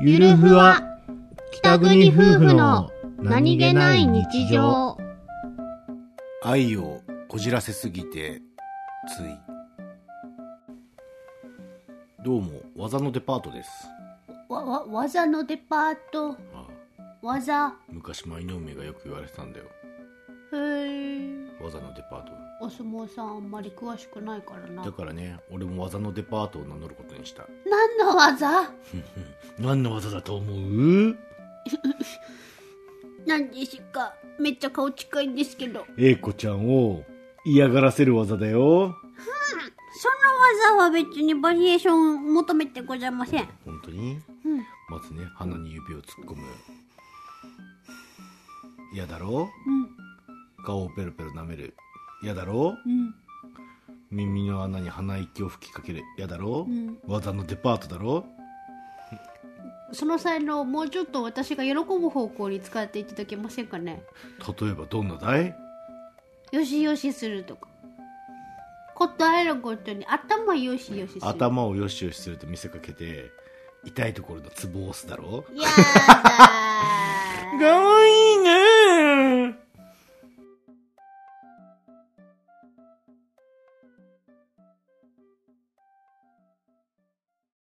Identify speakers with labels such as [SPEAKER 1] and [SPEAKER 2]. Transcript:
[SPEAKER 1] ゆるふわ北国夫婦の
[SPEAKER 2] 愛をこじらせすぎてついどうも技のデパートです
[SPEAKER 3] わわ技のデパート
[SPEAKER 2] あ
[SPEAKER 3] 技
[SPEAKER 2] 昔舞の梅がよく言われてたんだよ
[SPEAKER 3] へえ
[SPEAKER 2] 技のデパー
[SPEAKER 3] お相撲さんあんまり詳しくないからな
[SPEAKER 2] トだからね俺も技のデパートを名乗ることにした
[SPEAKER 3] 何の技
[SPEAKER 2] 何の技だと思う
[SPEAKER 3] 何ですかめっちゃ顔近いんですけど
[SPEAKER 2] 英子ちゃんを嫌がらせる技だよ
[SPEAKER 3] その技は別にバリエーション求めてございません
[SPEAKER 2] 本当に
[SPEAKER 3] うん
[SPEAKER 2] まずね鼻に指を突っ込む嫌だろ顔をペロペロ舐める嫌だろ
[SPEAKER 3] うん
[SPEAKER 2] 耳の穴に鼻息を吹きかけるやだろ、
[SPEAKER 3] うん
[SPEAKER 2] 技のデパートだろ
[SPEAKER 3] うんその才能をもうちょっと私が喜ぶ方向に使っていただけませんかね
[SPEAKER 2] 例えばどんなだい
[SPEAKER 3] よしよしするとか答えることに頭よしよしする
[SPEAKER 2] 頭をよしよしすると見せかけて痛いところのツボを押すだろ
[SPEAKER 3] やだ ー
[SPEAKER 2] かわい